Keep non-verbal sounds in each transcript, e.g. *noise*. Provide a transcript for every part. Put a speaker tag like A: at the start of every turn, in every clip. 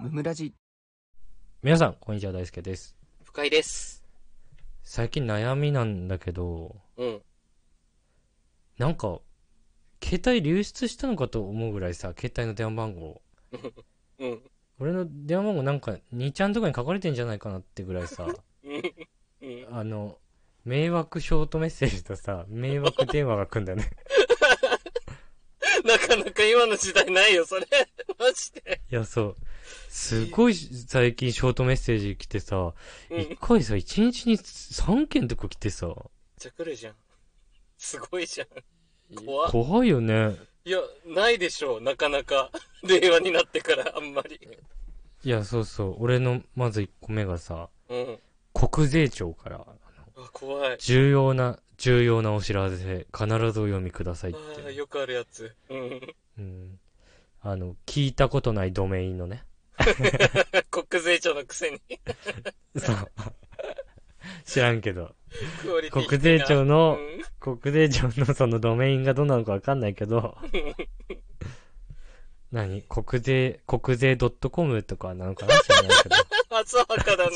A: ムムラジ
B: 皆さん、こんにちは、大輔です。
C: 不快です。
B: 最近悩みなんだけど、
C: うん。
B: なんか、携帯流出したのかと思うぐらいさ、携帯の電話番号。
C: うん。
B: 俺の電話番号なんか、2ちゃんとかに書かれてんじゃないかなってぐらい *laughs* さ、
C: うん。
B: あの、迷惑ショートメッセージとさ、迷惑電話が来んだよね。
C: *laughs* なかなか今の時代ないよ、それ。 *laughs* マジで。
B: *laughs* いや、そう。すごい最近ショートメッセージ来てさ、
C: うん。め
B: 一
C: っ
B: 回さ、一日に3件とか来てさ、
C: ちゃ来るじゃん。すごいじゃん。怖っ
B: 怖いよね。
C: いや、ないでしょう、なかなか。 *laughs* 令和になってから、あんまり。
B: いや、そうそう。俺の、まず1個目がさ、
C: うん。
B: 国税庁から、
C: あ、怖い。
B: 重要な、重要なお知らせ、必ずお読みくださいっ
C: ああ、
B: て。
C: よくあるやつ。 *laughs* うん。
B: うん。あの、聞いたことないドメインのね。
C: 国税庁のくせに。
B: そう。 *laughs* 知らんけど。
C: クオリティ低いな。
B: 国税庁
C: う
B: の、
C: ん。 *laughs*
B: 国税庁のそのドメインがどうなのかわかんないけ
C: *laughs*
B: ど。何国税、国税 .com とかなのかな知らないけど。 *laughs*
C: 浅はかだ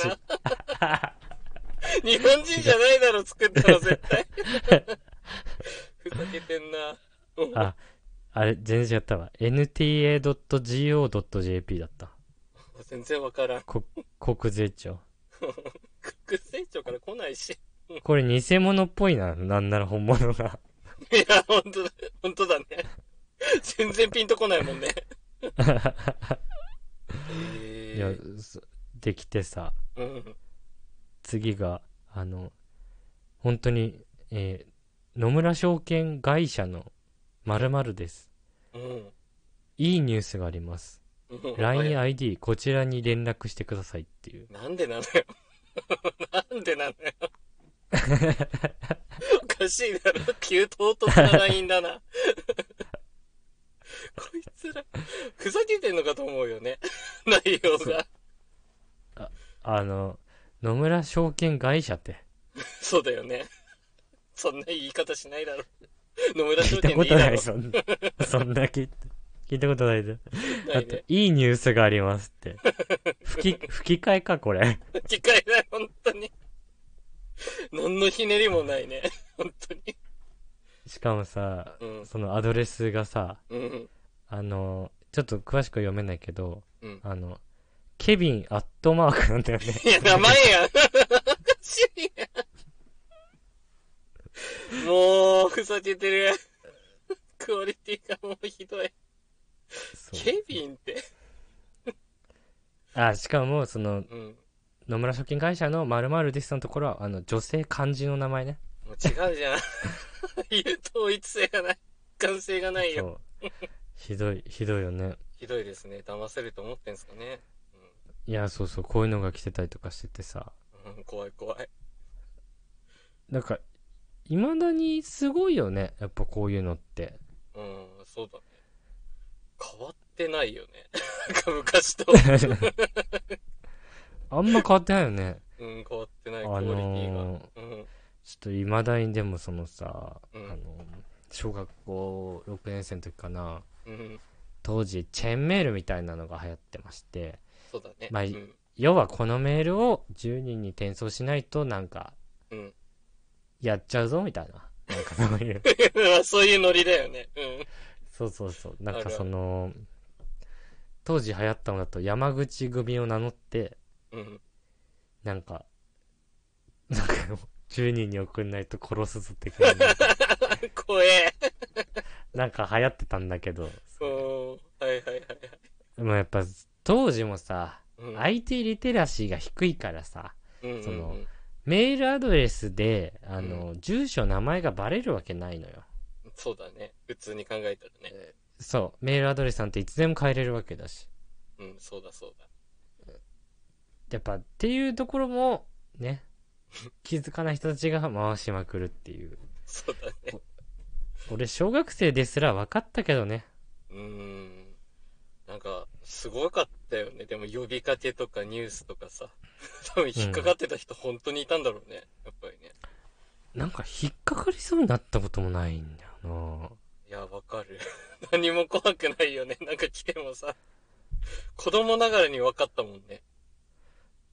C: な。 *laughs* 日本人じゃないだろ、作ったの、絶 *laughs* 対。ふざけてんな。うん
B: あ、あれ、全然違ったわ。nta.go.jp だった。
C: 全然わからん。
B: こ国税庁。
C: 副船長から来ないし。 *laughs*
B: これ偽物っぽいな。なんなら本物が。
C: いや、本当だ、本当だね。全然ピンとこないもんね。
B: いや
C: え、
B: そできてさ、
C: ー、うん。
B: 次が、あの、本当に、えー野村証券会社の〇〇です。
C: うん。
B: いいニュースがあります。
C: うん
B: LINEID、こちらに連絡してくださいっていう。
C: なんでなのよ。なんでなのよ。おかしいだろ。急唐突なラインだな。こいつら、ふざけてんのかと思うよね。内容が。
B: あの、野村証券会社って、
C: そうだよね。 *laughs* そんな言い方しないだろ。野村
B: 聞
C: 商
B: いた
C: 店
B: こ
C: でいい
B: と
C: だ
B: な
C: ろ
B: い、。そんな。そんな聞いた、聞いたことないで。
C: な
B: あ
C: い
B: と
C: ね、
B: いいニュースがありますって。吹き、吹き替えか、これ。
C: 機会ない、本当に。何のひねりもないね。本当に。
B: しかもさ、
C: うん
B: そのアドレスがさ、
C: うん。
B: あの、ちょっと詳しくは読めないけど、
C: うん
B: あの、ケビンアットマークなんだよね。
C: *laughs* いや、名前やん。おかしいやん。もう、ふざけてる。クオリティがもうひどい。
B: そう
C: ケビンって。
B: あ、しかも、その、
C: うん。
B: 野村証券会社の〇〇ですのところは、あの、女性漢字の名前ね。
C: もう違うじゃん。 *laughs* 言う統一性がない。一貫性がない
B: そ
C: よ。
B: う。ひどい、ひどいよね。
C: ひどいですね。騙せると思ってんすかね。
B: いや、そうそう、こういうのが来てたりとかしててさ。
C: うん、怖い怖い。
B: なんか、未だにすごいよね。やっぱこういうのって。
C: *laughs* うん、そうだね。変わってないよね。なんか昔と。
B: あんま変わってないよね。
C: うん、変わってない、
B: あ
C: *laughs* クオリティが。
B: のー、
C: うん。
B: ちょっと未だにでもそのさ、
C: うん
B: あの、小学校6年生の時かな。
C: うん。
B: 当時チェーンメールみたいなのが流行ってまして
C: そうだね。
B: まあ
C: うん。
B: 要はこのメールを10人に転送しないとなんか
C: うん。 *laughs*
B: やっちゃうぞみたいななんかそういう
C: そういうノリだよね。
B: そうそうそうなん
C: ある
B: か
C: ある
B: その当時流行ったのだと山口組を名乗って
C: うん。うん。
B: なんかなんか10人に送んないと殺すぞ的な
C: 怖え。
B: なんか流行ってたんだけど
C: そう。はいはいはいはい。
B: まあやっぱ当時もさ
C: うん。
B: IT リテラシーが低いからさ
C: うんうんうん
B: そのメールアドレスで、あの、住所、名前がバレるわけないのよ。
C: そうだね。普通に考えたらね。
B: そう。メールアドレスなんていつでも変えれるわけだし。
C: うん、そうだそうだ。
B: やっぱ、っていうところも、ね、気づかない人たちが回しまくるっていう。
C: そうだね。
B: 俺、小学生ですら分かったけどね。
C: うーん。なんか、すごかったよね。でも、呼びかけとかニュースとかさ。 *laughs* 多分、引っかかってた人、本当にいたんだろうね。やっぱりね。
B: なんか、引っかかりそうになったこともないんだよ
C: *laughs* いや、わかる。何も怖くないよね。なんか来てもさ。子供ながらに分かったもんね。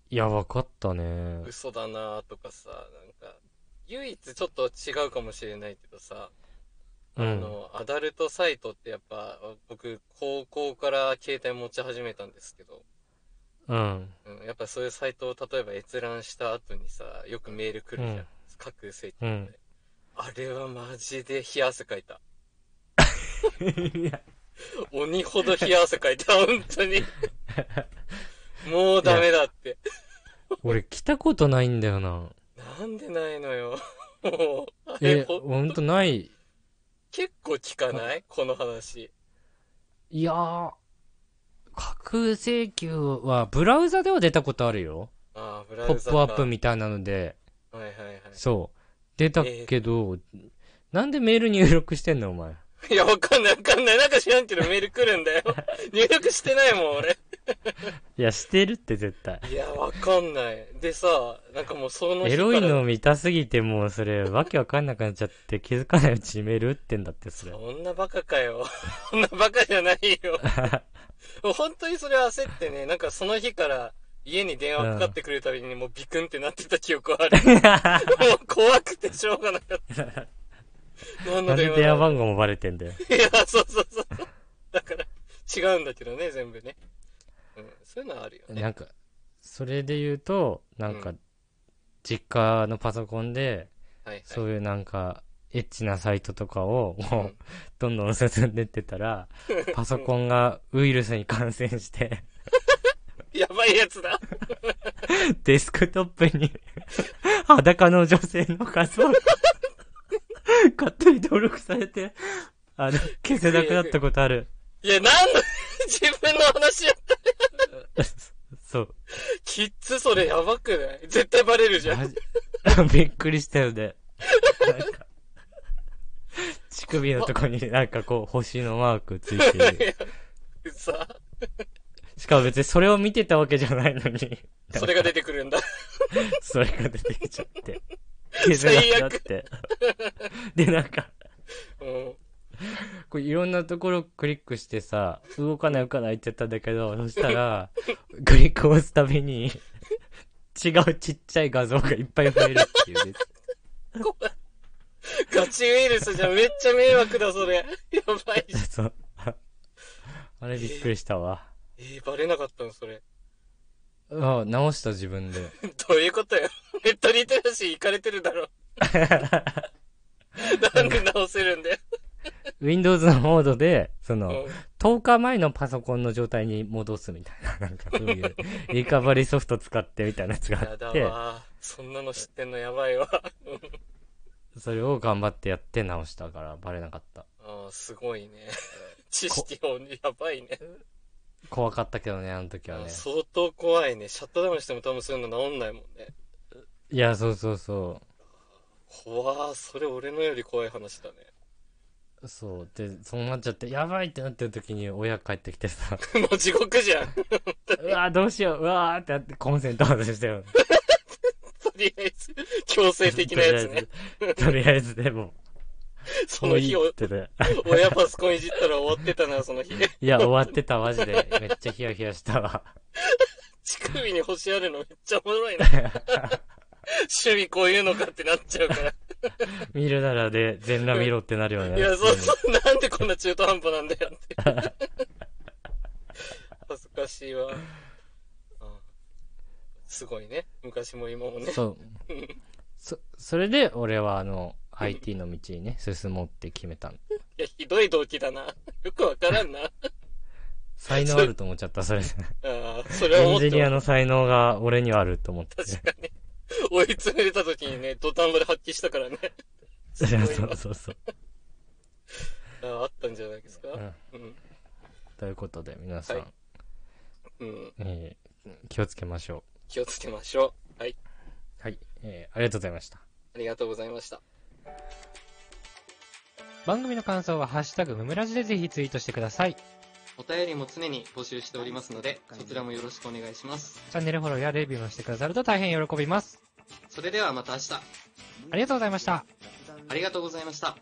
B: いや、わかったね。
C: 嘘だなとかさ、なんか、唯一ちょっと違うかもしれないけどさ、
B: う
C: あ
B: ん。
C: の、アダルトサイトってやっぱ、僕、高校から携帯持ち始めたんですけど、
B: うん。
C: うん、やっぱそういうサイトを例えば閲覧した後にさ、よくメール来るじゃん。
B: うん
C: 各請求
B: う
C: で、
B: ん。
C: あれはマジで冷や汗か
B: *laughs*
C: いた。鬼ほど冷や汗かいた、本当に。もうダメだって。
B: 俺、来たことないんだよな。
C: なんでないのよ。もう、あれ
B: え、
C: ほん
B: ほんとない。
C: 結構聞かないこの話。
B: いやー、架空請求は、ブラウザでは出たことあるよ。
C: ああ、ブラ
B: ポ
C: ウザ
B: ッ
C: か
B: プアップみたいなので、
C: はいはいはい。
B: そう。出たけど、なんでメール入力してんの、お前。
C: いや、わかんないわかんない。なんか知らんけどメール来るんだよ。入力してないもん、俺。
B: いや、してるって絶対。
C: いや、わかんない。でさ、なんかもうその日
B: エ
C: から
B: ロいの見たすぎてもうそれわけわかんなくなっちゃって気づかないうちにメール打ってんだってそれ。
C: そんなバカかよ。 *laughs* そんなバカじゃない
B: *laughs*
C: よ。もう本当にそれ焦ってね、なんかその日から家に電話かかってくるたびにもうビクンってなってた記憶は
B: *laughs*
C: ある。もう怖くてしょうがなかった。何
B: なんで
C: の電話
B: 電
C: だ
B: 話番号もバレてんだよ。
C: *laughs* いや、そうそうそう。だから、違うんだけどね、全部ね。うん、そういうのはあるよね。
B: なんか、それで言うと、なん
C: う
B: か、実家のパソコンで、
C: はいはい。
B: そういうなんか、エッチなサイトとかを
C: う、
B: もうんどんどん進んでってた
C: *laughs*
B: ら、パソコンがウイルスに感染して、
C: やばいやつだ。
B: デスクトップに裸の女性の画像が勝手に登録されて、あの、消せなくなったことある。
C: いや、なんの、 *laughs* 自分の話やった。
B: そう。
C: キッズそれやばくない絶対バレるじゃん。
B: マジ *laughs* びっくりしたよね。なんか、乳首のとこになんかこう、星のマークついてる。
C: さ、
B: しかも別にそれを見てたわけじゃないのに、
C: それが出てくる
B: *laughs*
C: んだ。
B: それが出てきちゃ *laughs* って。消せなくなって。で、なんか、
C: うん。
B: こういろんなところクリックしてさ、動かない動かないって言ったんだけど、そしたら、クリックを押すたびに、違うちっちゃい画像がいっぱい増えるっていうね。
C: ガチウイルスじゃん。めっちゃ迷惑だ、それ。やばいし。
B: そう。あれびっくりしたわ。
C: えー、バレなかったの、それ。 *laughs*
B: ああ直した自分で。
C: どういうことよ。ネットリテラシーいかれてるだ
B: *laughs*
C: ろ。なんで直せるんだよ。
B: Windows のモードで、そうの、
C: ん
B: 10日前のパソコンの状態に戻すみたいな、なんかそういう、リカバリーソフト使ってみたいなやつがあ
C: や
B: っ
C: だ
B: て、
C: わ。そんなの知ってんのやばいわ。うん
B: それを頑張ってやって直したから、バレなかった。
C: あーすごいね。知識をやばいね。
B: 怖かったけどね、あの時は
C: あ
B: ね
C: ー。相当怖いね。シャットダウンしても多分そういうの治んないもんね。
B: いや、そうそうそ
C: 怖ー。それ俺のより怖い話だね。
B: う。そう。で、そうなっちゃって、やばいってなってる時に親帰ってきてさ、 *laughs*
C: *laughs* もう地獄じゃん。
B: うわーどうしよう、うわーってなってコンセント外してよ。
C: とりあえず、強制 *laughs* 的なやつね。
B: とりあえず、とりあえずでも、
C: その日
B: もういい
C: を
B: っ、てね。
C: 親パソコンいじったら終わってたな、そ
B: *laughs*
C: の日。
B: いや、終わってた、マジで。めっちゃヒヤヒヤしたわ。
C: 乳首に星あるのめっちゃおもろ
B: *laughs*
C: いな。趣味こういうのかってなっちゃうから。
B: *laughs* 見るならで、全裸見ろってなるよね。
C: いや、そうそう、なんでこんな中途半端なんだよ
B: *laughs*
C: って。恥ずかしいわ。あすごいね。昔も今もね。
B: そう。そ、それで、俺は、あの、IT の道にね、進もうって決めたの。
C: いや、ひどい動機だな。よくわからんな。あ
B: 才能あると思っちゃった、それで。
C: あ、それは
B: エ
C: 思
B: ン
C: って
B: ジニア
C: も
B: の才能が俺にはあると思って。
C: 追い詰めれた時にね、土壇場で発揮したからね。
B: そうそうそうそう。
C: あああったんじゃないですか。
B: う
C: うん。
B: ということで、皆さん、
C: はいうん。
B: えー気をつけましょ
C: 気をつけましょう。はい。
B: う。はい。えーありがとうございました。
C: ありがとうございました。
B: 番組の感想は、ハッシュタグ、ムムラジでぜひツイートしてください。
C: お便りも常に募集しておりますので、そちらもよろしくお願いします。
B: チャンネルフォローやレビューもしてくださると大変喜びます。
C: それではまた明日、
B: ありがとうございました。
C: ありがとうございました。